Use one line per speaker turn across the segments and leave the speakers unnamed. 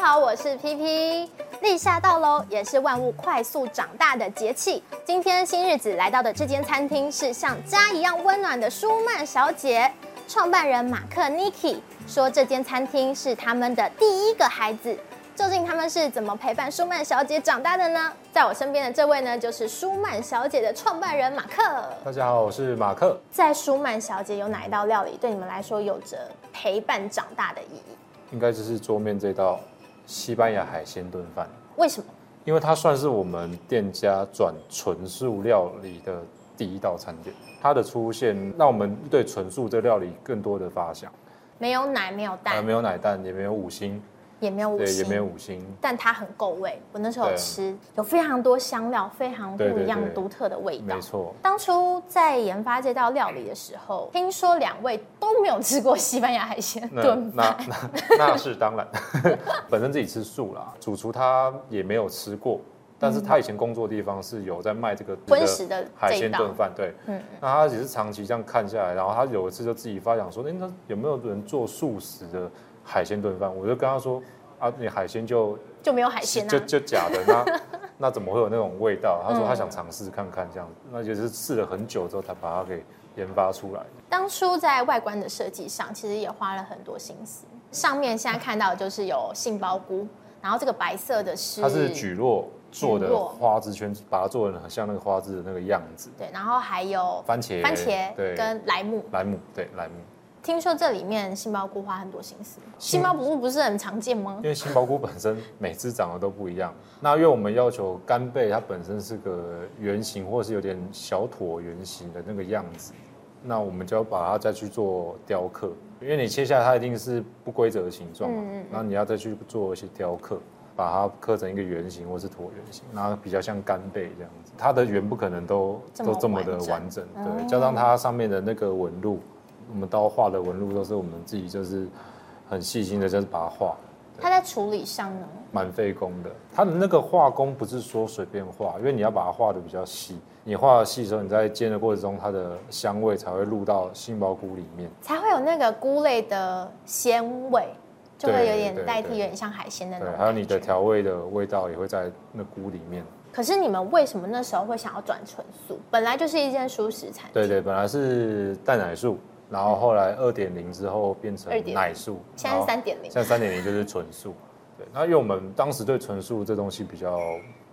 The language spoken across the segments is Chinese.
好，我是 P P。立夏到喽，也是万物快速长大的节气。今天新日子来到的这间餐厅是像家一样温暖的舒曼小姐。创办人马克 Niki 说，这间餐厅是他们的第一个孩子。究竟他们是怎么陪伴舒曼小姐长大的呢？在我身边的这位呢，就是舒曼小姐的创办人马克。
大家好，我是马克。
在舒曼小姐有哪一道料理对你们来说有着陪伴长大的意义？
应该就是桌面这道西班牙海鲜炖饭，
为什么？
因为它算是我们店家转纯素料理的第一道餐点。它的出现让我们对纯素这料理更多的发想，
没有奶，没有蛋，
呃，没有奶蛋，也没有五星，
也没有五
对，也
星，
没有五星，
但它很够味。我那时候有
对啊
吃，有非常多香料，非常不
对对
一样
对
独特的味道
没。错。
当初在研发这道料理的时候，听说两位都没有吃过西班牙海鲜
那
炖
那
饭，
那 那是当然，本身自己吃素啦，主厨他也没有吃过，但是他以前工作的地方是有在卖这个
荤食的
海
这一
鲜
道
炖饭，对，
嗯
那他只是长期这样看下来，然后他有一次就自己发想说，哎、那有没有人做素食的海鲜炖饭？我就跟他说，啊，你海鲜就
就没有海鲜啊
就。就假的，那 那怎么会有那种味道？他说
嗯
他想尝试看看这样，那就是试了很久之后，才把它给研发出来。
当初在外观的设计上，其实也花了很多心思。上面现在看到的就是有杏鲍菇，然后这个白色的是
它是蒟蒻做
蒟
的
蒻
花枝圈，把它做的很像那个花枝的那个样子，
对，然后还有
番茄
番茄
对
跟莱姆。
莱姆对莱姆，
听说这里面杏鲍菇花很多心思，
杏
杏鲍菇不是很常见吗
因？为杏鲍菇本身每只长得都不一样，那因为我们要求干贝它本身是个圆形或是有点小椭圆形的那个样子，那我们就要把它再去做雕刻，因为你切下来它一定是不规则的形状嘛，
嗯嗯嗯
然后你要再去做一些雕刻，把它刻成一个圆形或是椭圆形，然后比较像干贝这样子，它的圆不可能都
这么
都这么的
完整
完整，
哦
对，加上它上面的那个纹路，我们刀画的纹路都是我们自己就是很细心的，就是把它画。
它在处理上呢，
蛮费工的。它的那个画工不是说随便画，因为你要把它画的比较细。你画的细的时候，你在煎的过程中，它的香味才会入到杏鲍菇里面。
才会有那个菇类的鲜味，就
对
会有点代替，
对
有
对
点像海鲜的那
对
种，
还有你的
感觉。
调味的味道也会在那菇里面。
可是你们为什么那时候会想要转纯素？本来就是一件素食餐厅，
对对，本来是蛋奶素，然后后来二点零之后变成
2.0
奶素，
现在
然
是
后
三点零
现，在三点零就是纯素。对，那因为我们当时对纯素这东西比较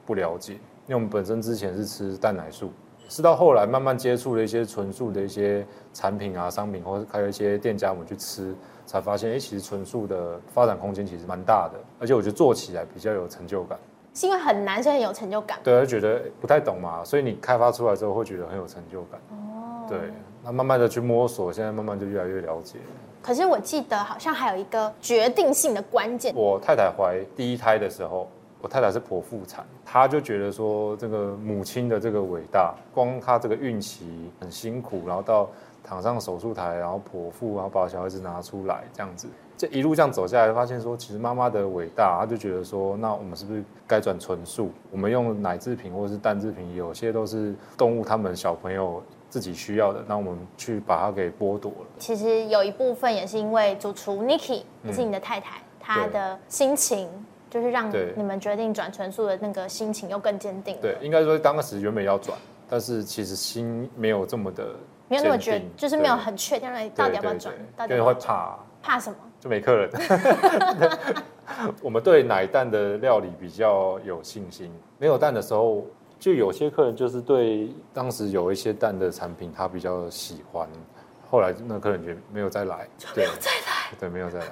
不了解，因为我们本身之前是吃蛋奶素，是到后来慢慢接触了一些纯素的一些产品啊、商品，或者还有一些店家，我们去吃，才发现，哎、其实纯素的发展空间其实蛮大的，而且我觉得做起来比较有成就感。
是因为很难，所以很有成就感。
对，就觉得不太懂嘛，所以你开发出来之后会觉得很有成就感。
哦，
对，那慢慢的去摸索，现在慢慢就越来越了解。
可是我记得好像还有一个决定性的关键，
我太太怀第一胎的时候，我太太是剖腹产，她就觉得说这个母亲的这个伟大，光她这个孕期很辛苦，然后到躺上手术台，然后剖腹，然后把小孩子拿出来，这样子，这一路这样走下来，发现说其实妈妈的伟大，她就觉得说，那我们是不是该转纯素？我们用奶制品或者是蛋制品，有些都是动物他们小朋友自己需要的，那我们去把它给剥夺了。
其实有一部分也是因为主厨 Niki，也
嗯
是你的太太，她的心情就是让
对
你们决定转纯素的那个心情又更坚定了。
对，应该说当时原本要转，但是其实心没有这么的
没有那么
坚
决
定，
就是没有很确定让你
对
到底要不要
对
转
对，
到
因
底要
为
不要
会
转
怕，
怕什么？
就没客人。 我们对奶蛋的料理比较有信心，没有蛋的时候，就有些客人就是对当时有一些蛋的产品他比较喜欢，后来那客人就没有再来，对，没有再来，对，没有再来，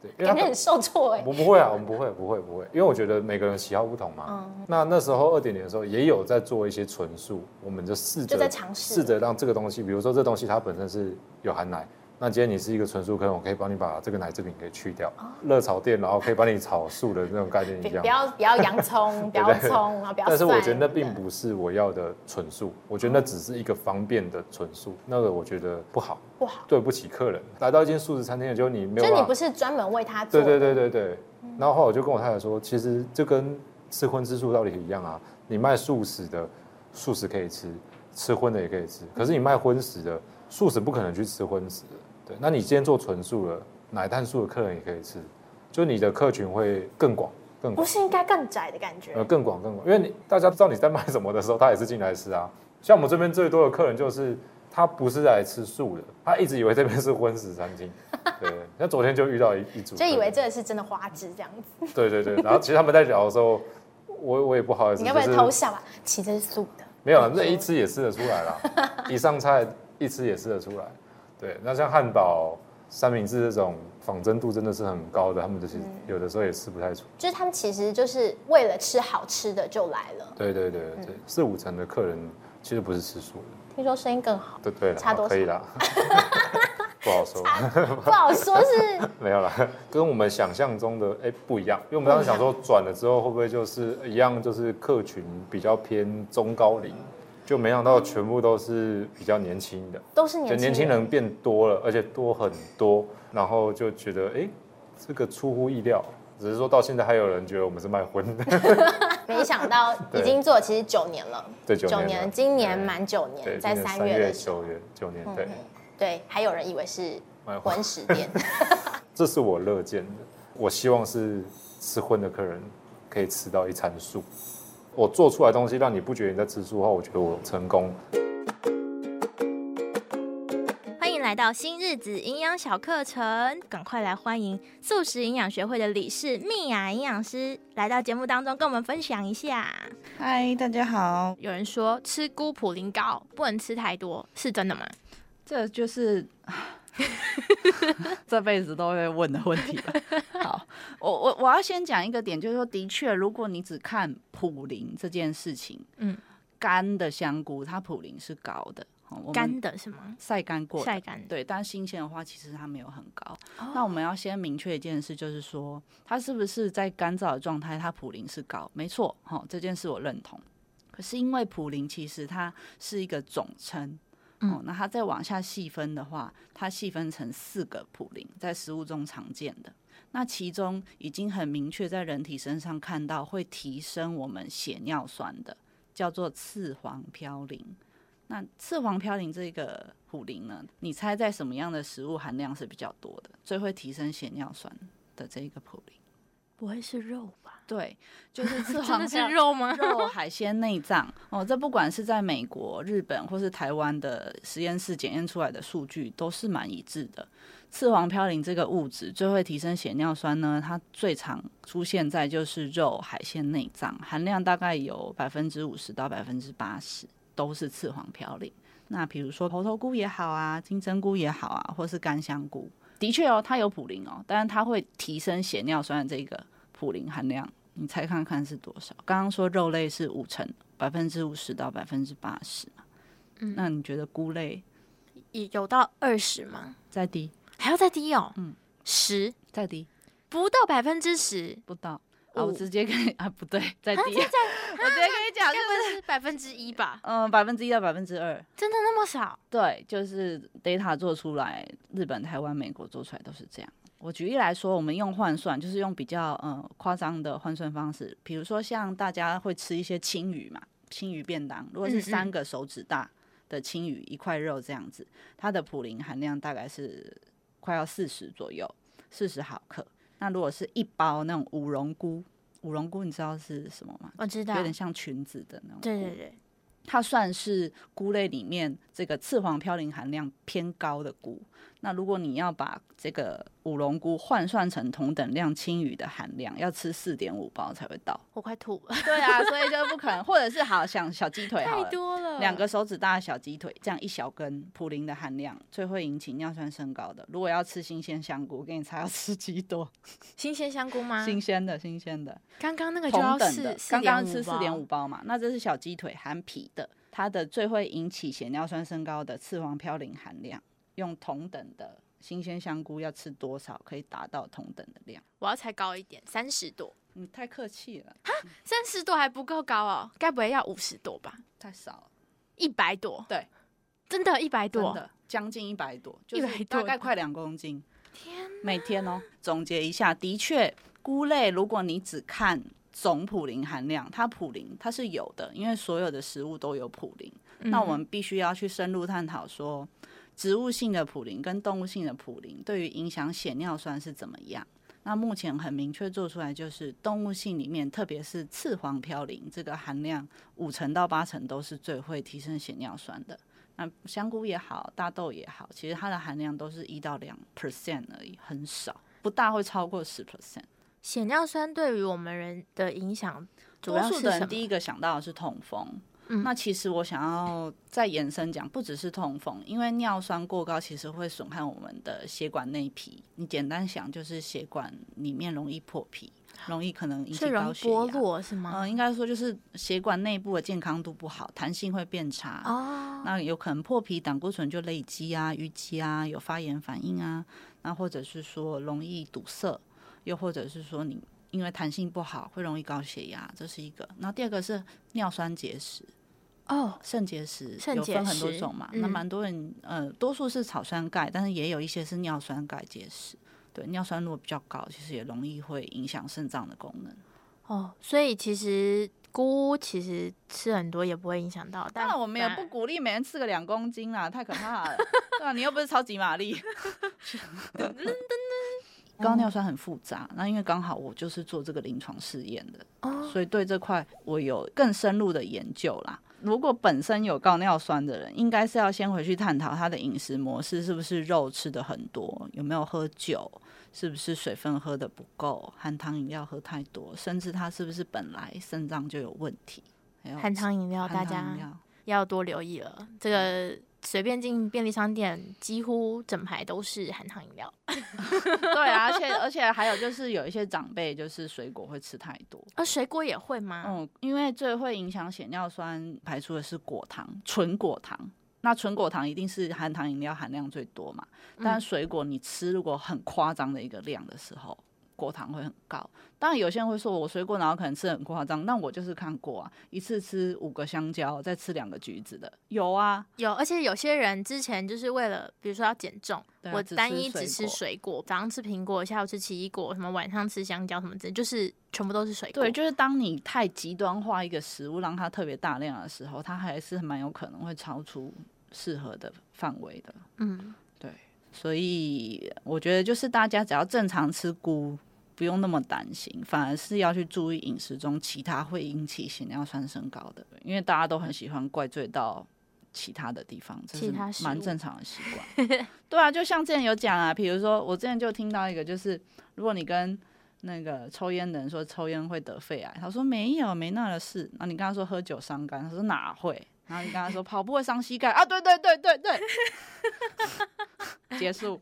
对，因为他
感觉很受挫 哎、
我不会啊，我们不会，不会，不会，因为我觉得每个人喜好不同嘛。
嗯
那那时候二点零的时候也有在做一些纯素，我们就试着
就在尝试
试着让这个东西，比如说这东西它本身是有含奶，那今天你是一个纯素客人，我可以帮你把这个奶制品给去掉，热炒店然后可以帮你炒素的那种概念
别
一
哦
样
不。要不要洋 葱，不要葱，然后不要蒜。
但是我觉得那并不是我要的纯素，我觉得那只是一个方便的纯素，那个我觉得不好，
不好，
对不起客人。来到一间素食餐厅，就你没
就
有
是
办
你
法
不是专门为他做的，
对
嗯
对对对对。然后后来我就跟我太太说，其实这跟吃荤吃素道理一样啊。你卖素食的，素食可以吃，吃荤的也可以吃。可是你卖荤食的，素食不可能去吃荤食的。对，那你今天做纯素了，奶蛋素的客人也可以吃。就你的客群会更广、更
不
广，
是应该更窄的感觉
呃，？更广、更广，因为你大家不知道你在卖什么的时候，他也是进来吃啊。像我们这边最多的客人就是他不是来吃素的，他一直以为这边是荤食餐厅。对，那昨天就遇到一一组 客
就
人，
以为这个是真的花枝这样子，
对对对，然后其实他们在聊的时候，我我也不好意思，
你该不会
就是
偷笑吧？啊其实是素的，
没有了，啊那一吃也吃得出来啦， 一上菜一吃也吃得出来。对，那像汉堡、三明治这种仿真度真的是很高的，他们这些有的时候也吃不太出。
就是他们其实就是为了吃好吃的就来了。
对对对对，嗯四五成的客人其实不是吃素的，
听说生意更 好，
对对啦
差多少
可以啦， 不 好说，
不好说是
没有啦， 跟我们想象中的哎、不一样，因为我们当时想说转了之后会不会就是一样，就是客群比较偏中高龄，就没想到全部都是比较年轻的。
都是
就
年
年轻人变多了，而且多很多，然后就觉得哎、诶这个出乎意料。只是说到现在还有人觉得我们是卖荤的，
没想到已
对
经做了其实九年了，
对九年了
年，今年
对
满九
对，
年，在
今年
三月的时候，嗯
九月、九年，对，
对，还有人以为是
卖荤，
荤食店，
这是我乐见的。我希望是吃荤的客人可以吃到一餐素。我做出来的东西让你不觉得你在吃素后，我觉得我成功。
欢迎来到新日子营养小课程，赶快来欢迎素食营养学会的理事蜜雅营养师来到节目当中，跟我们分享一下。
嗨，大家好，
有人说吃菇普林膏不能吃太多，是真的吗？
这就是 这辈子都会问的问题 吧。好，我我我要先讲一个点，就是说，的确，如果你只看普林这件事情，
嗯，
干的香菇它普林是高的，哦我们
干的是吗？
晒干过的
晒干的
对，但新鲜的话，其实它没有很高。那我们要先明确一件事，就是说它是不是在干燥的状态，它普林是高，没错，哈、这件事我认同。可是因为普林其实它是一个总称，哦，那它再往下细分的话，它细分成四个普林，在食物中常见的。那其中已经很明确在人体身上看到会提升我们血尿酸的，叫做次黄嘌呤。那次黄嘌呤这个卟啉呢，你猜在什么样的食物含量是比较多的？最会提升血尿酸的这一个卟啉，
不会是肉吧？
对，就是次
真
黄
的是
嘌。
肉吗？
肉、海鲜、内脏哦，这不管是在美国、日本或是台湾的实验室检验出来的数据，都是蛮一致的。次黄嘌呤这个物质最会提升血尿酸呢，它最常出现在就是肉、海鲜、内脏，含量大概有百分之五十到百分之八十都是次黄嘌呤。那比如说猴头菇也好啊，金针菇也好啊，或是干香菇，的确哦，它有普林哦，但是它会提升血尿酸的这个普林含量。你猜看看是多少？刚刚说肉类是五成，百分之五十到百分之八十嘛。嗯，那你觉得菇类
有到二十吗？
再低？
还要再低哦？
嗯
十
再低？
不到百分之十，
不到。啊，
五
我直接跟你啊，不对，再低。我 直接跟你讲，
啊
就
该
是
不会是百分之一吧？
嗯，百分之一到百分之二。
真的那么少？
对，就是 data 做出来，日本、台湾、美国做出来都是这样。我举例来说，我们用换算，就是用比较嗯夸张的换算方式，比如说像大家会吃一些青鱼嘛，青鱼便当，如果
嗯
是
嗯
三个手指大的青鱼一块肉这样子，它的普林含量大概是快要四十左右，四十毫克。那如果是一包那种五龙菇，五龙菇你知道是什么吗？
我知道，
有
对
点
啊
像裙子的那种。
对对，
它算是菇类里面这个次黄嘌呤含量偏高的菇。那如果你要把这个五龙菇换算成同等量青鱼的含量，要吃四点五包才会到。
我快吐了，
对啊，所以就不可能，或者是好像小鸡腿好
太
了，
多了，
两个手指大的小鸡腿，这样一小根普林的含量最会引起尿酸升高的。如果要吃新鲜香菇，我给你猜要吃几朵？
新鲜香菇吗？
新鲜的，新鲜的。
刚刚那个就
同
要
等
四
的，
四
刚
点
刚吃
五
四点五包嘛，那这是小鸡腿含皮的，它的最会引起血尿酸升高的次黄嘌呤含量，用同等的新鲜香菇要吃多少可以达到同等的量？
我要才高一点，三十多，
你太客气了，
三十多还不够高哦，该不会要五十多吧？
太少了，
一百多，
对，
真的，一百
真
多，
的将近一百多，就
100
是
多
大概快两公斤。天，每天哦。总结一下，的确，菇类如果你只看总普林含量，它普林它是有的，因为所有的食物都有普林。那我们必须要去深入探讨说，植物性的普林跟动物性的普林对于影响血尿酸是怎么样。那目前很明确做出来，就是动物性里面，特别是次黄嘌呤这个含量五成到八成都是最会提升血尿酸的。那香菇也好，大豆也好，其实它的含量都是一到两 percent 而已，很少，不大会超过十 percent。
血尿酸对于我们人的影响主
多
要
数
是
的
什
人
么？
第一个想到的是痛风。
嗯
那其实我想要再延伸讲，不只是痛风，因为尿酸过高其实会损害我们的血管内皮。你简单想，就是血管里面容易破皮，容易可能引
是
起
容
高
易
血
剥
压。
落是
嗯、
吗？
应该说就是血管内部的健康度不好，弹性会变差。
哦，
那有可能破皮胆固醇就累积啊、淤积啊，有发炎反应啊，那或者是说容易堵塞，又或者是说你因为弹性不好会容易高血压，这是一个。那第二个是尿酸结石，
哦，
肾结石
肾
有
结
分很多
石
种嘛，
嗯
那蛮多人呃，多数是草酸钙，但是也有一些是尿酸钙结石。对，尿酸如果比较高，其实也容易会影响肾脏的功能。
哦，所以其实菇其实吃很多也不会影响到，
当
但
然，我们也
反
不鼓励每人吃个两公斤啦，太可 怕了。对啊，你又不是超级玛丽。 高
哦
尿酸很复杂，那因为刚好我就是做这个临床试验的，
哦
所以对这块我有更深入的研究啦。如果本身有高尿酸的人，应该是要先回去探讨他的饮食模式是不是肉吃的很多，有没有喝酒，是不是水分喝的不够，含糖饮料喝太多，甚至他是不是本来肾脏就有问题。还有
含糖饮料大
含糖饮
家
料
要多留意了。这个随便进便利商店，几乎整排都是含糖饮料。
对啊，而且而且还有就是有一些长辈就是水果会吃太多，
而呃水果也会吗？
嗯，因为最会影响血尿酸排出的是果糖，纯果糖。那纯果糖一定是含糖饮料含量最多嘛，但水果你吃如果很夸张的一个量的时候，果糖会很高。当然有些人会说，我水果然后可能吃得很夸张，那我就是看过啊，一次吃五个香蕉，再吃两个橘子的，有啊，
有，而且有些人之前就是为了，比如说要减重，
对啊
我
只
单
吃
一只
水
吃
果
水果，早上吃苹果，下午吃奇异果，什么晚上吃香蕉什么之类，就是全部都是水果。
对，就是当你太极端化一个食物，让它特别大量的时候，它还是蛮有可能会超出适合的范围的。
嗯，
对，所以我觉得就是大家只要正常吃菇，不用那么担心，反而是要去注意饮食中其他会引起血尿酸升高的，因为大家都很喜欢怪罪到。其他的地方，这
其
是
他食
蛮
物
正常的习惯。对啊，就像之前有讲啊，比如说我之前就听到一个，就是如果你跟那个抽烟的人说抽烟会得肺癌，他说没有，没那的事。然后你跟他说喝酒伤肝，他说哪会？然后你跟他说跑步会伤膝盖啊，对对对对对，结束，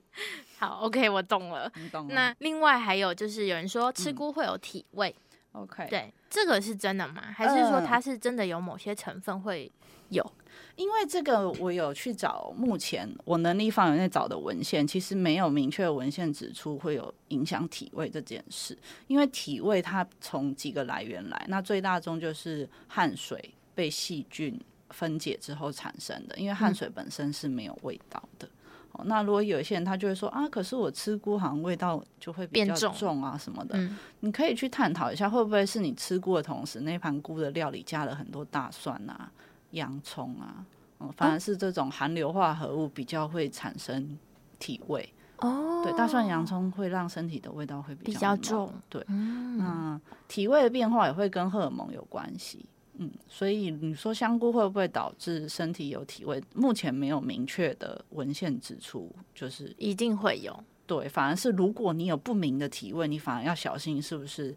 好，OK，我懂了。
你懂吗？
那另外还有就是有人说吃
嗯
菇会有体味，
OK，，
对，这个是真的吗？还是说
嗯
它是真的有某些成分会有？
因为这个我有去找目前我能力范围内找的文献，其实没有明确的文献指出会有影响体味这件事，因为体味它从几个来源来，那最大宗就是汗水被细菌分解之后产生的，因为汗水本身是没有味道
嗯
的。哦，那如果有一些人他就会说啊，可是我吃菇好像味道就会比
变
较
重
重啊什么的，
嗯，
你可以去探讨一下，会不会是你吃菇的同时，那盘菇的料理加了很多大蒜啊、洋葱啊，嗯，反而是这种含硫化合物比较会产生体味。
哦
对，大蒜、洋葱会让身体的味道会比
比较
较浓
重。
对，
嗯，
那体味的变化也会跟荷尔蒙有关系。嗯，所以你说香菇会不会导致身体有体味？目前没有明确的文献指出，就是
一定会有。
对，反而是如果你有不明的体味，你反而要小心是不是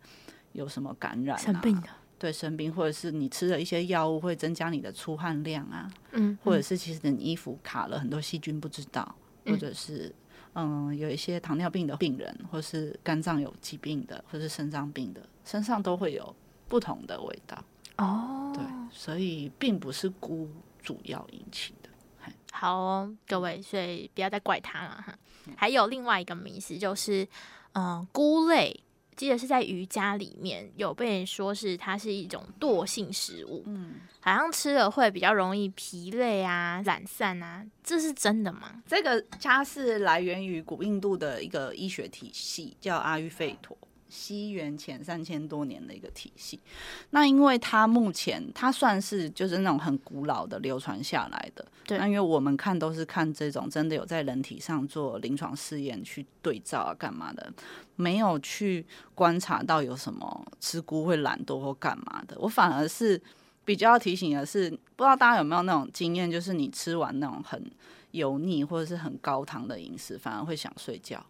有什么感染、啊、
生病的，
对，生病或者是你吃了一些药物会增加你的出汗量啊，
嗯，
或者
嗯
是其实你衣服卡了很多细菌不知道，或者是嗯有一些糖尿病的病人，或是肝脏有疾病的，或是肾脏病的，身上都会有不同的味道。
哦，
对，所以并不是菇主要引起的。
好哦，各位，所以不要再怪它了哈。还有另外一个迷思就是，嗯、菇类，记得是在瑜伽里面有被人说是它是一种惰性食物，
嗯，
好像吃了会比较容易疲累啊、懒散啊，这是真的吗？
这个它是来源于古印度的一个医学体系，叫阿育吠陀。西元前三千多年的一个体系。那因为它目前它算是就是那种很古老的流传下来的，
对
那因为我们看都是看这种真的有在人体上做临床试验去对照啊干嘛的，没有去观察到有什么吃菇会懒惰或干嘛的。我反而是比较要提醒的是，不知道大家有没有那种经验，就是你吃完那种很油腻或者是很高糖的饮食，反而会想睡觉。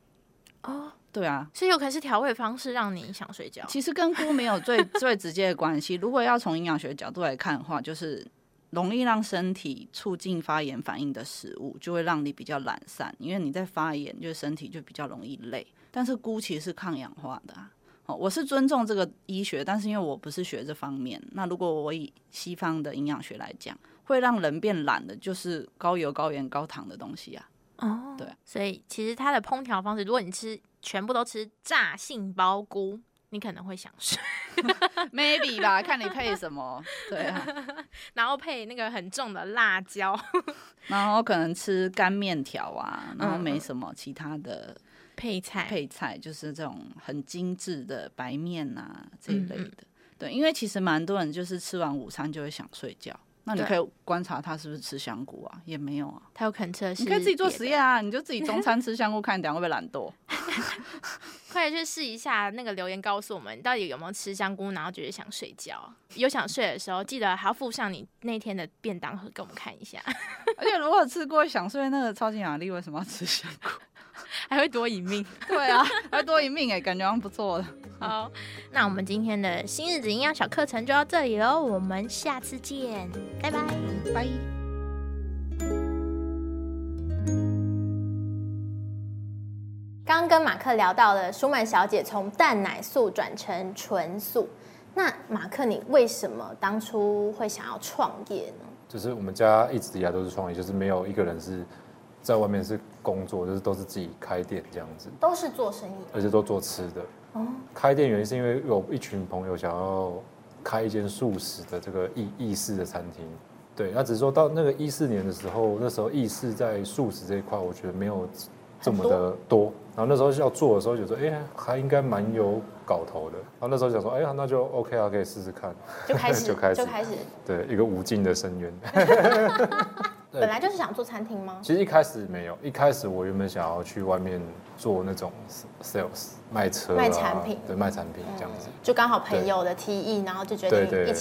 哦，
对啊，
所以有可能是调味方式让你想睡觉。
其实跟菇没有最 最直接的关系。如果要从营养学角度来看的话，就是容易让身体促进发炎反应的食物，就会让你比较懒散，因为你在发炎，就是身体就比较容易累。但是菇其实是抗氧化的啊。哦，我是尊重这个医学，但是因为我不是学这方面，那如果我以西方的营养学来讲，会让人变懒的就是高油、高盐、高糖的东西啊。
哦，
对，
所以其实它的烹调方式，如果你吃全部都吃炸杏鲍菇，你可能会想睡，
Maybe 吧，看你配什么。对啊。
然后配那个很重的辣椒，
然后可能吃干面条啊，然后
嗯
没
嗯
什么其他的
配菜，
配菜，就是这种很精致的白面啊这一类
嗯
的。对，因为其实蛮多人就是吃完午餐就会想睡觉，那你
对
可以观察他是不是吃香菇啊，也没有啊。
它有可能吃的是
你可以自己做
别的
实验啊，你就自己中餐吃香菇，看你等下会不会懒惰。
快去试一下那个留言，告诉我们你到底有没有吃香菇，然后觉得想睡觉。有想睡的时候，记得还要附上你那天的便当盒给我们看一下，
而且如果吃过想睡那个超级玛丽，为什么要吃香菇？
还会多一命。
对啊， 还多一命哎、感觉好像不错的。
好，那我们今天的新日子营养小课程就到这里喽，我们下次见，拜拜。
拜。
刚刚跟马克聊到了舒曼小姐从蛋奶素转成纯素，那马克你为什么当初会想要创业呢？
就是我们家一直以来都是创业，就是没有一个人是在外面是工作，就是都是自己开店这样子，
都是做生意
而且都做吃的。
哦，
开店原因是因为有一群朋友想要开一间素食的这个意意式的餐厅。对，那只是说到那个一四年的时候，那时候意式在素食这一块，我觉得没有这么的多。然后那时候要做的时候，就说，哎、还应该蛮有搞头的。然后那时候想说，哎、呀，那就 OK 啊，可以试试看。
就开始
就开始
就开始，
对，一个无尽的深渊。 对
本来就是想做餐厅吗？
其实一开始没有，一开始我原本想要去外面做那种 sales 卖车、啊、
卖产品
对，卖产品这样子，
就刚好朋友的提议，然后就决
对
定
对对
嗯一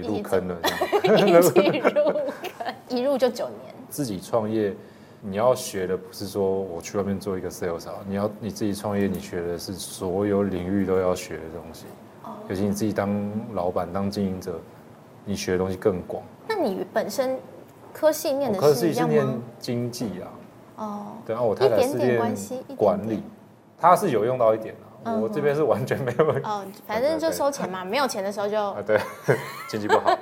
起
一起入坑了这样。
一起入坑， 一入就九年。
自己创业，你要学的不是说我去外面做一个 sales 啊，你要你自己创业，你学的是所有领域都要学的东西。
哦
尤其你自己当老板、当经营者，你学的东西更广。
那你本身科系念
我科
的
自
是
己
一
是
样
念
吗？
经济啊，
哦，
对，然啊后我太太
一
是
点点
念
关系一点点
管理，她是有用到一点啊，
嗯
我这边是完全没有
哦，反正就收钱嘛，没有钱的时候就
啊，对， 经济不好。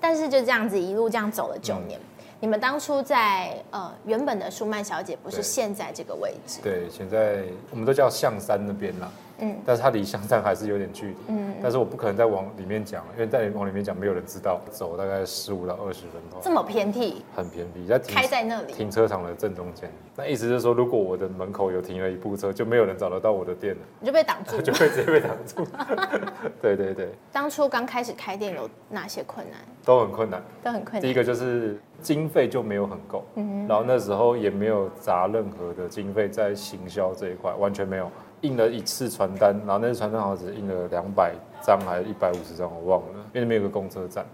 但是就这样子一路这样走了九年。
嗯
你们当初在呃原本的舒曼小姐不是
对
现在这个位置，
对，现在我们都叫象山那边啦，
嗯
嗯，但是它离象山还是有点距离，
嗯
嗯，但是我不可能再往里面讲，因为再往里面讲没有人知道，走大概十五到二十分
这
钟，
么偏僻，
很偏僻，在停
开在那里，
停车场的正中间。那意思是说，如果我的门口有停了一部车，就没有人找得到我的店了，
你就被挡住
就
了。
会直接被挡 住。对对对，
当初刚开始开店有哪些困难？
都很困难。
都很困
第一
难。嗯
个就是经费就没有很够，然后那时候也没有砸任何的经费在行销这一块，完全没有。印了一次传单，然后那次传单好像只印了两百张还是一百五十张，我忘了，因为那边有个公车站，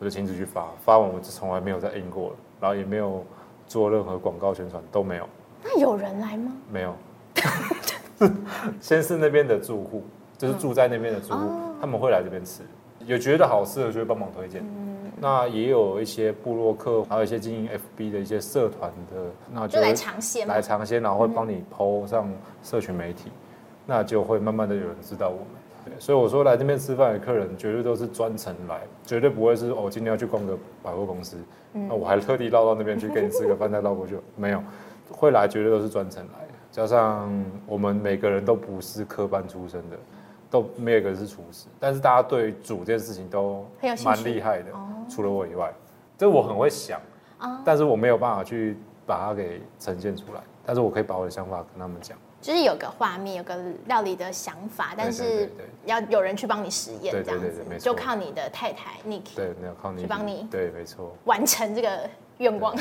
我就亲自去发，发完我就从来没有再印过了，然后也没有做任何广告宣传，都没有，
那有人来吗？
没有。 先是那边的住户，就是住在那边的住
嗯
户，
哦
他们会来这边吃，有觉得好吃的就会帮忙推荐。
嗯
那也有一些部落客，还有一些经营 FB 的一些社团的，那
就
会
来尝嗯鲜嘛
来。尝鲜，然后会帮你 PO 上社群媒体，那就会慢慢的有人知道我们。对所以我说来这边吃饭的客人，绝对都是专程来，绝对不会是哦，今天要去逛个百货公司，
嗯
那我还特地绕到那边去跟你吃个饭，再绕过去，没有，会来绝对都是专程来的。加上我们每个人都不是科班出身的，都没有一个人是厨师，但是大家对于煮这件事情都
很有兴
蛮
趣
厉害的
哦，
除了我以外，这我很会想，
啊，
但是我没有办法去把它给呈现出来，但是我可以把我的想法跟他们讲，
就是有个画面，有个料理的想法，但
对对
是
对
要有人去帮你实验
对对
这样
对
子
对没，错
就靠你的太太 Niki
对，没有靠你
去帮你
对，没错，
完成这个愿望。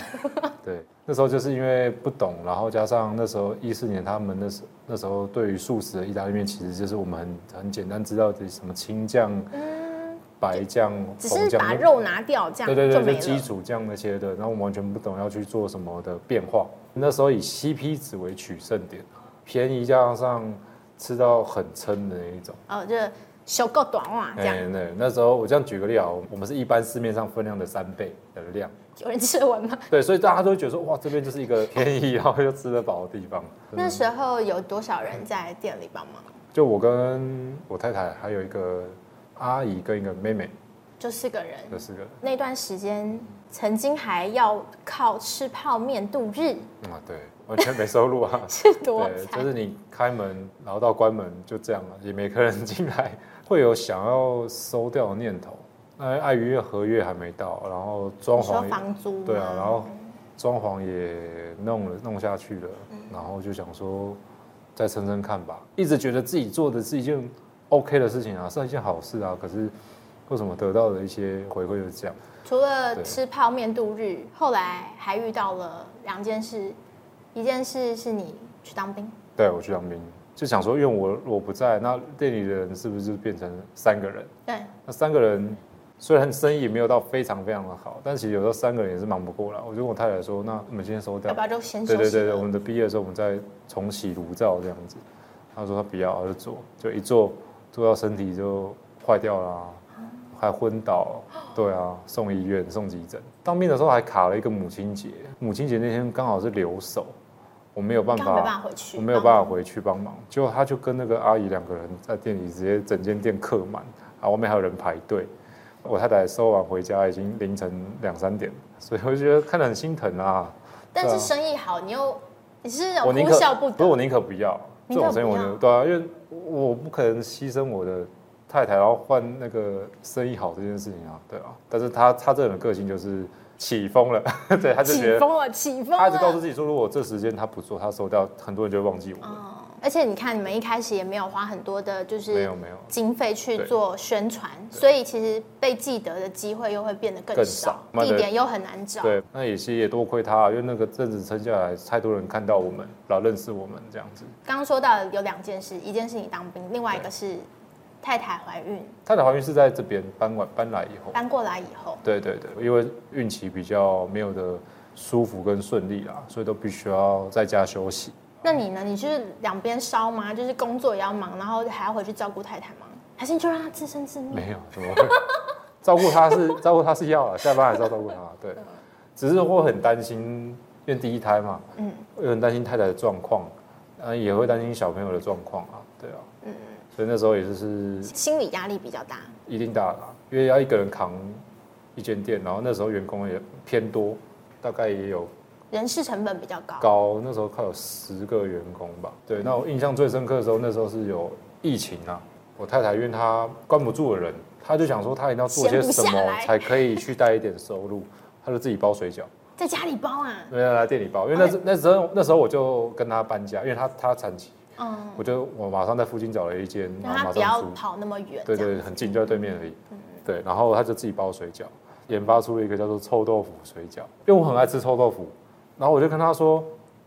对。那时候就是因为不懂，然后加上那时候一四年他们那时那时候对于素食的意大利面，其实就是我们很很简单知道的什么青酱、
嗯，
白酱、
只
红
是
酱，
把
因为
肉拿掉，这样
对对
就
对，
没
就基
了。
础酱那些的，然后我们完全不懂要去做什么的变化。那时候以 CP 值为取胜点，便宜加上吃到很撑的那一种。
哦，就修够短袜这样，
哎对，那时候我这样举个例啊，我们是一般市面上分量的三倍的量，
有人吃得完吗？
对，所以大家都会觉得说，哇，这边就是一个 便宜，然后又吃得饱的地方。
那时候有多少人在店里帮忙？
就我跟我太太，还有一个阿姨跟一个妹妹，
就四个人。
这四个人
那段时间曾经还要靠吃泡面度日，
嗯啊，对，完全没收入啊。
是 多
对，
惨。
就是你开门，然后到关门就这样了，也没客人进来，会有想要收掉的念头。那碍于合约还没到，然后装
你说
潢也
房租吗
对啊，然后装潢也弄了弄下去了，然后就想说再撑撑看吧。一直觉得自己做的是一件 OK 的事情啊，是一件好事啊，可是为什么得到的一些回馈就是这样？
除了
对
吃泡面度日，后来还遇到了两件事，一件事是你去当兵，
对我去当兵，就想说，因为我我不在，那店里的人是不是就变成三个人？
对，
那三个人虽然生意没有到非常非常的好，但其实有时候三个人也是忙不过来。我就跟我太太说，那我们今天收
要
掉
不，要就先
对啊
休
对
息
对对，我
了？
们的毕业的时候我们再重洗炉灶这样子。她说她不要，她就做，就一做做到身体就坏掉啦、还昏倒，对啊，送医院送急诊。当兵的时候还卡了一个母亲节，母亲节那天刚好是留守，我没有办
刚好没办
法
法。回去，
我没有办法回去帮忙，结果他就跟那个阿姨两个人在店里直接整间店客满，啊，外面还有人排队。我太太收完回家已经凌晨两三点，所以我就觉得看得很心疼啊。
但
对
是
啊
生意好，你又你是那
我
种
宁
哭
可
笑不
是我
得，
宁可不要
宁
这
可
种生意，
不
我
要
宁对啊，因为我不可能牺牲我的太太，然后换那个生意好这件事情啊，对啊。但是他他这种个性就是起风了，对，他就觉
起
得
风了，起风
他一直告诉
了。
自己说，如果这时间他不做，他收掉，很多人就会忘记我了。
哦而且你看，你们一开始也没有花很多的，就
没
是
有没有，
经费去
对
做宣传，所以其实被记得的机会又会变得更
更
少
少，慢慢
地
地
点又很难找。
对，那也是也多亏他，啊因为那个阵子撑下来，太多人看到我们，然后认识我们这样子。
刚刚说到的有两件事，一件是你当兵，另外一个是太太怀孕
太太怀孕是在这边搬完搬来以后，
搬过来以后，
对对对，因为孕期比较没有的舒服跟顺利啦，所以都必须要在家休息。
那你呢？你就是两边烧吗？就是工作也要忙，然后还要回去照顾太太吗？还是你就让她自生自灭？
没有，怎么会？照顾他是 照顾他是要啊，下班还是要照顾他，对。只是会很担心，因为第一胎嘛，
嗯
嗯，会很担心太太的状况，嗯，也会担心小朋友的状况啊，对啊，嗯，所以那时候也就是
心理压力比较大，
一定大啦，因为要一个人扛一间店，然后那时候员工也偏多，大概也有
人事成本比较高。
高，那时候快有十个员工吧。对，那我印象最深刻的时候，那时候是有疫情啊，我太太因为她关不住的人，她就想说她一定要做些什
闲不下
么
来
才可以去带一点收入，她就自己包水饺，
在家里包啊，
没有来店里包，因为那时那时候那时候我就跟她搬家，因为她她产期，
嗯，
我就我马上在附近找了一间，
让
然后
她
马
不要
上租。
跑那么远。
对
这样嗯
对，很近，就在对面而已。对，然后他就自己包水饺，研发出了一个叫做臭豆腐水饺，因为我很爱吃臭豆腐，然后我就跟他说，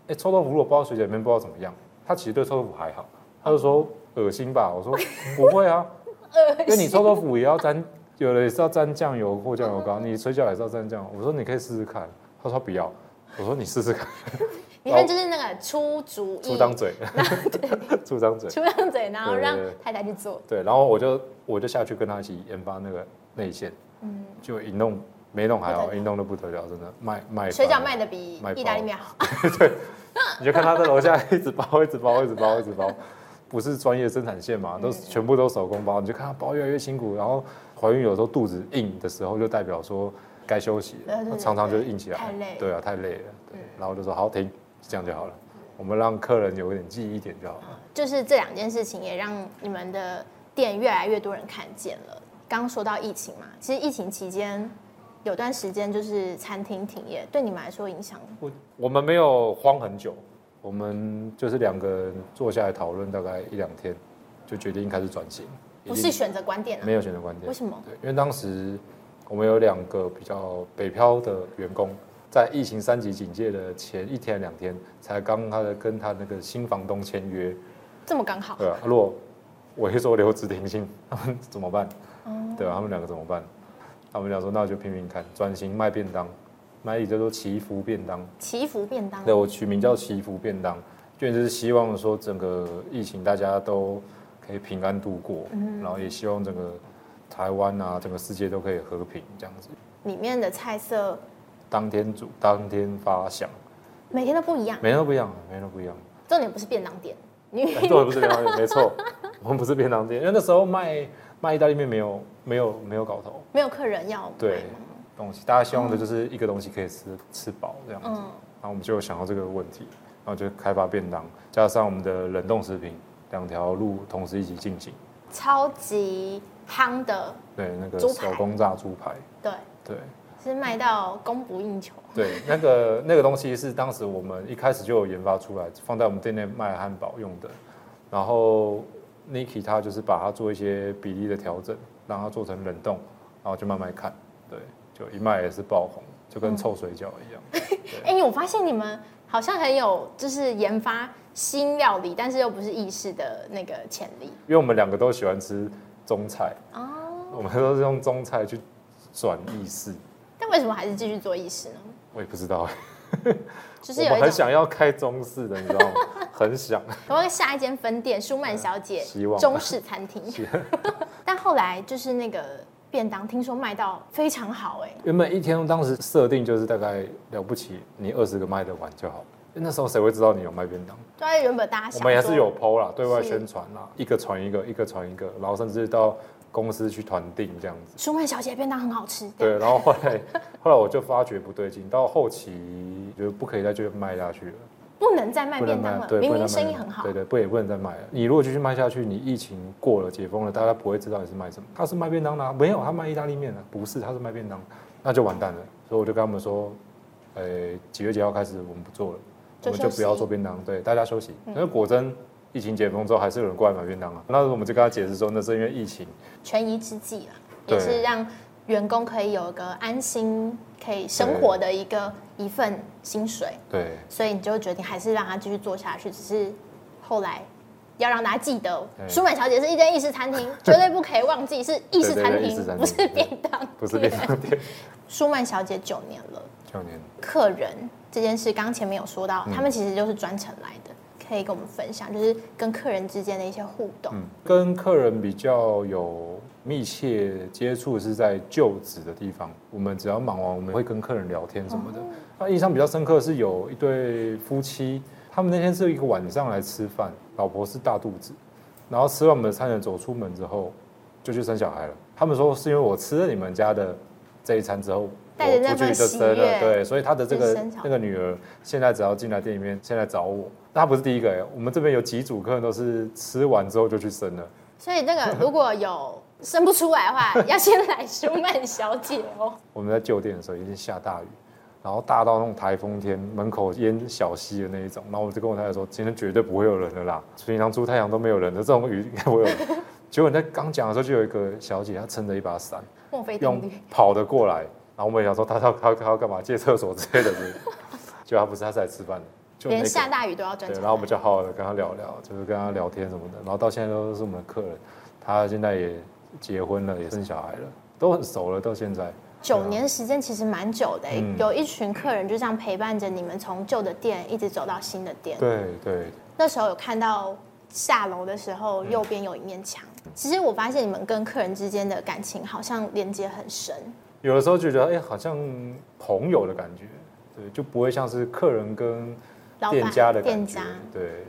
哎、臭豆腐如果包水饺里面不知道怎么样，他其实对臭豆腐还好，他就说恶心吧，我说不 会啊，因为你臭豆腐也要沾，有的也是要沾酱油或酱油膏，
嗯
你水饺也是要沾酱油，我说你可以试试看，他说不要，我说你试试看，
你看，就是那个出主意，
哦出张嘴， 出张嘴，
出张嘴，然后
对对
让
对
太太去做。
对，然后我就我就下去跟他一起研发那个内馅。
嗯，
就一弄没弄还
不
好，
得了
一弄都不得了，真的卖卖
水饺
翻了
卖的比
卖
意大利
包
面好，
你就看他在楼下一直包，一直包，一直包，一直包，不是专业生产线嘛，
嗯
都是全部都手工包，你就看他包越来越辛苦，然后怀孕有时候肚子硬的时候，就代表说该休息
对
了，
对对
常常就
对
是硬起来，
太累嗯
对啊，太累了，对，然后就说好停，这样就好了，我们让客人有一点记忆点就好了，
就是这两件事情也让你们的店越来越多人看见了。刚说到疫情嘛，其实疫情期间有段时间就是餐厅停业，对你们来说影响
我我们没有慌很久。我们就是两个人坐下来讨论，大概一两天，就决定开始转型。
不是选择观点啊
没？有选择观点，
为什么？
对，因为当时我们有两个比较北漂的员工，在疫情三级警戒的前一天两天，才刚他的跟他那个新房东签约，
这么刚好？
对啊，如果我一说留职停薪， 他们怎么办？
哦，
对啊，他们两个怎么办？他们俩说那就拼命看，转型卖便当，卖也叫做祈福便当。
祈福便当
对，我取名叫祈福便当，就就是希望说整个疫情大家都可以平安度过，然后也希望整个台湾啊，整个世界都可以和平这样子。
里面的菜色
当天煮，当天发想，
每天都不一样，
每天都不一样，每天都不一样。
重点不是便当店，你
哎对，不是便当店，没错，我们不是便当店，因为那时候卖卖意大利面没有没有没有搞头
没有客人要买
对
吗
东西，大家希望的就是一个东西可以吃吃饱这样子。
嗯，
然后我们就想到这个问题，然后就开发便当，加上我们的冷冻食品，两条路同时一起进行。
超级夯的，
对，那个
猪排
手工炸猪排，
对，
对
是卖到供不应求。
对，那个那个东西是当时我们一开始就有研发出来，放在我们店内卖汉堡用的。然后 Niki 他就是把它做一些比例的调整，让它做成冷冻，然后就慢慢看，对，就一卖也是爆红，就
嗯
跟臭水饺一样。
哎、我发现你们好像很有就是研发新料理，但是又不是意式的那个潜力
因为我们两个都喜欢吃中菜，
哦。
我们都是用中菜去转意式。
但为什么还是继续做意式呢？
我也不知道，
就是
我
有
们
一
很
种，
想要开中式的，你 知道吗？很想，
可不可以下一间分店舒曼小姐
希望
中式餐厅？ 但后来就是那个便当，听说卖到非常好哎、
原本一天当时设定就是大概了不起，你二十个卖得完就好。因为那时候谁会知道你有卖便当？
对啊，原本大家
我
想
们也
说
是有 PO 啦，对外
是
宣传啦，一个传一个，一个传一个，然后甚至到公司去团订这样子。
舒曼小姐便当很好吃，这样
对，然后后来后来我就发觉不对劲，到后期就不可以再继续卖下去了，
不能再卖
不
便
能
当
卖，
了，
对，
明
不能
明
卖
生意
便当
很好
对，对，不也不能再卖了。你如果继续卖下去，你疫情过了，解封了，大家不会知道你是卖什么。他是卖便当的啊、没有，他卖意大利面的、不是，他是卖便当，那就完蛋了。所以我就跟他们说，呃、几月几号开始我们不做了，
就
我们就
休
不要
息嗯
做便当，对，大家休息。因为果真疫情解封之后，还是有人过来买便当啊。那时候我们就跟他解释说，那是因为疫情，
权宜之计了，啊
对
也是让员工可以有一个安心可以生活的一个一份薪水，
对，
所以你就决定还是让他继续做下去，只是后来。要让大家记得，
对
舒满小姐是一间意式餐厅，绝对不可以忘记是意式餐
对对对
厅
意式，餐厅
不是便当。
不是便当 店。
舒曼小姐九年了，
去年
客人这件事，刚刚前面有说到，他们其实就是专程来的，可以跟我们分享，就是跟客人之间的一些互动。
嗯，跟客人比较有密切接触是在就职的地方，我们只要忙完，我们会跟客人聊天什么
哦
的。那印象比较深刻的是有一对夫妻，他们那天是一个晚上来吃饭，老婆是大肚子，然后吃完我们的餐点走出门之后，就去生小孩了。他们说是因为我吃了你们家的这一餐之后。
带着
我
那
出
份
去就
喜
生了，
悦
对，所以他的这
去
个
生小孩
那个女儿现在只要进来店里面，现在找我，那他不是第一个哎、我们这边有几组客人都是吃完之后就去生了，
所以那 个如果有生不出来的话，要先来舒曼小姐哦。
我们在旧店的时候已经下大雨，然后大到那种台风天，门口淹小溪的那一种。然后我就跟我太太说，今天绝对不会有人了啦，平常出太阳都没有人的，这种雨应该不会 有人。结果你在刚讲的时候，就有一个小姐，她撑着一 把伞，
墨菲定
用
律，
跑的过来，然后我们也想说她她她她要干嘛借厕所之类的， 结果她不是，她是来吃饭的，就那
连
个
下大雨都要专
对，
程
然
来。
后我们就好好的跟他聊聊，就是跟他聊天什么的，然后到现在都是我们的客人，他现在也结婚了，也生小孩了，都很熟了，到现在。
九年时间其实蛮久的、欸
嗯
有一群客人就这样陪伴着你们从旧的店一直走到新的店。
对对，
那时候有看到下楼的时候，
嗯
右边有一面墙。其实我发现你们跟客人之间的感情好像连接很深，
有的时候就觉得哎、好像朋友的感觉，对，就不会像是客人跟
老板
店家的
店
感觉
家，
对，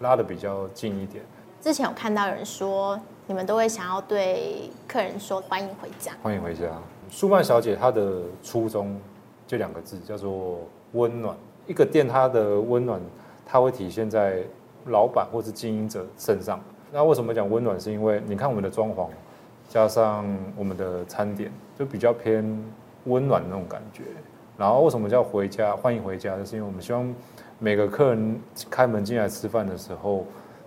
拉的比较近一点。
之前有看到有人说，你们都会想要对客人说欢迎回家。
欢迎回家。舒曼小姐她的初衷就两个字，叫做温暖。一个店它的温暖，它会体现在老板或是经营者身上。那为什么讲温暖？是因为你看我们的装潢，加上我们的餐点，就比较偏温暖的那种感觉。然后为什么叫回家？欢迎回家，就是因为我们希望每个客人开门进来吃饭的时候，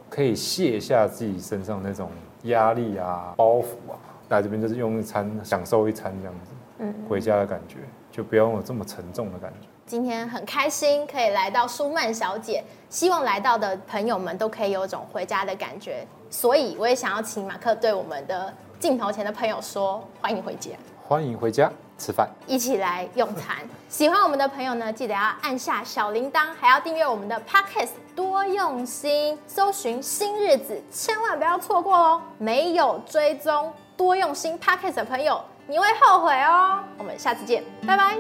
可以卸下自己身上那种压力啊、包袱啊，来这边就是用一餐享受一餐这样子，
嗯，
回家的感觉就不要有这么沉重的感觉。
今天很开心可以来到舒曼小姐，希望来到的朋友们都可以有种回家的感觉。所以我也想要请马克对我们的镜头前的朋友说：欢迎回家，
欢迎回家吃饭，
一起来用餐。喜欢我们的朋友呢，记得要按下小铃铛，还要订阅我们的 Podcast。多用心搜寻新日子，千万不要错过哦！没有追踪多用心 Podcast 的朋友，你会后悔哦。我们下次见，拜拜。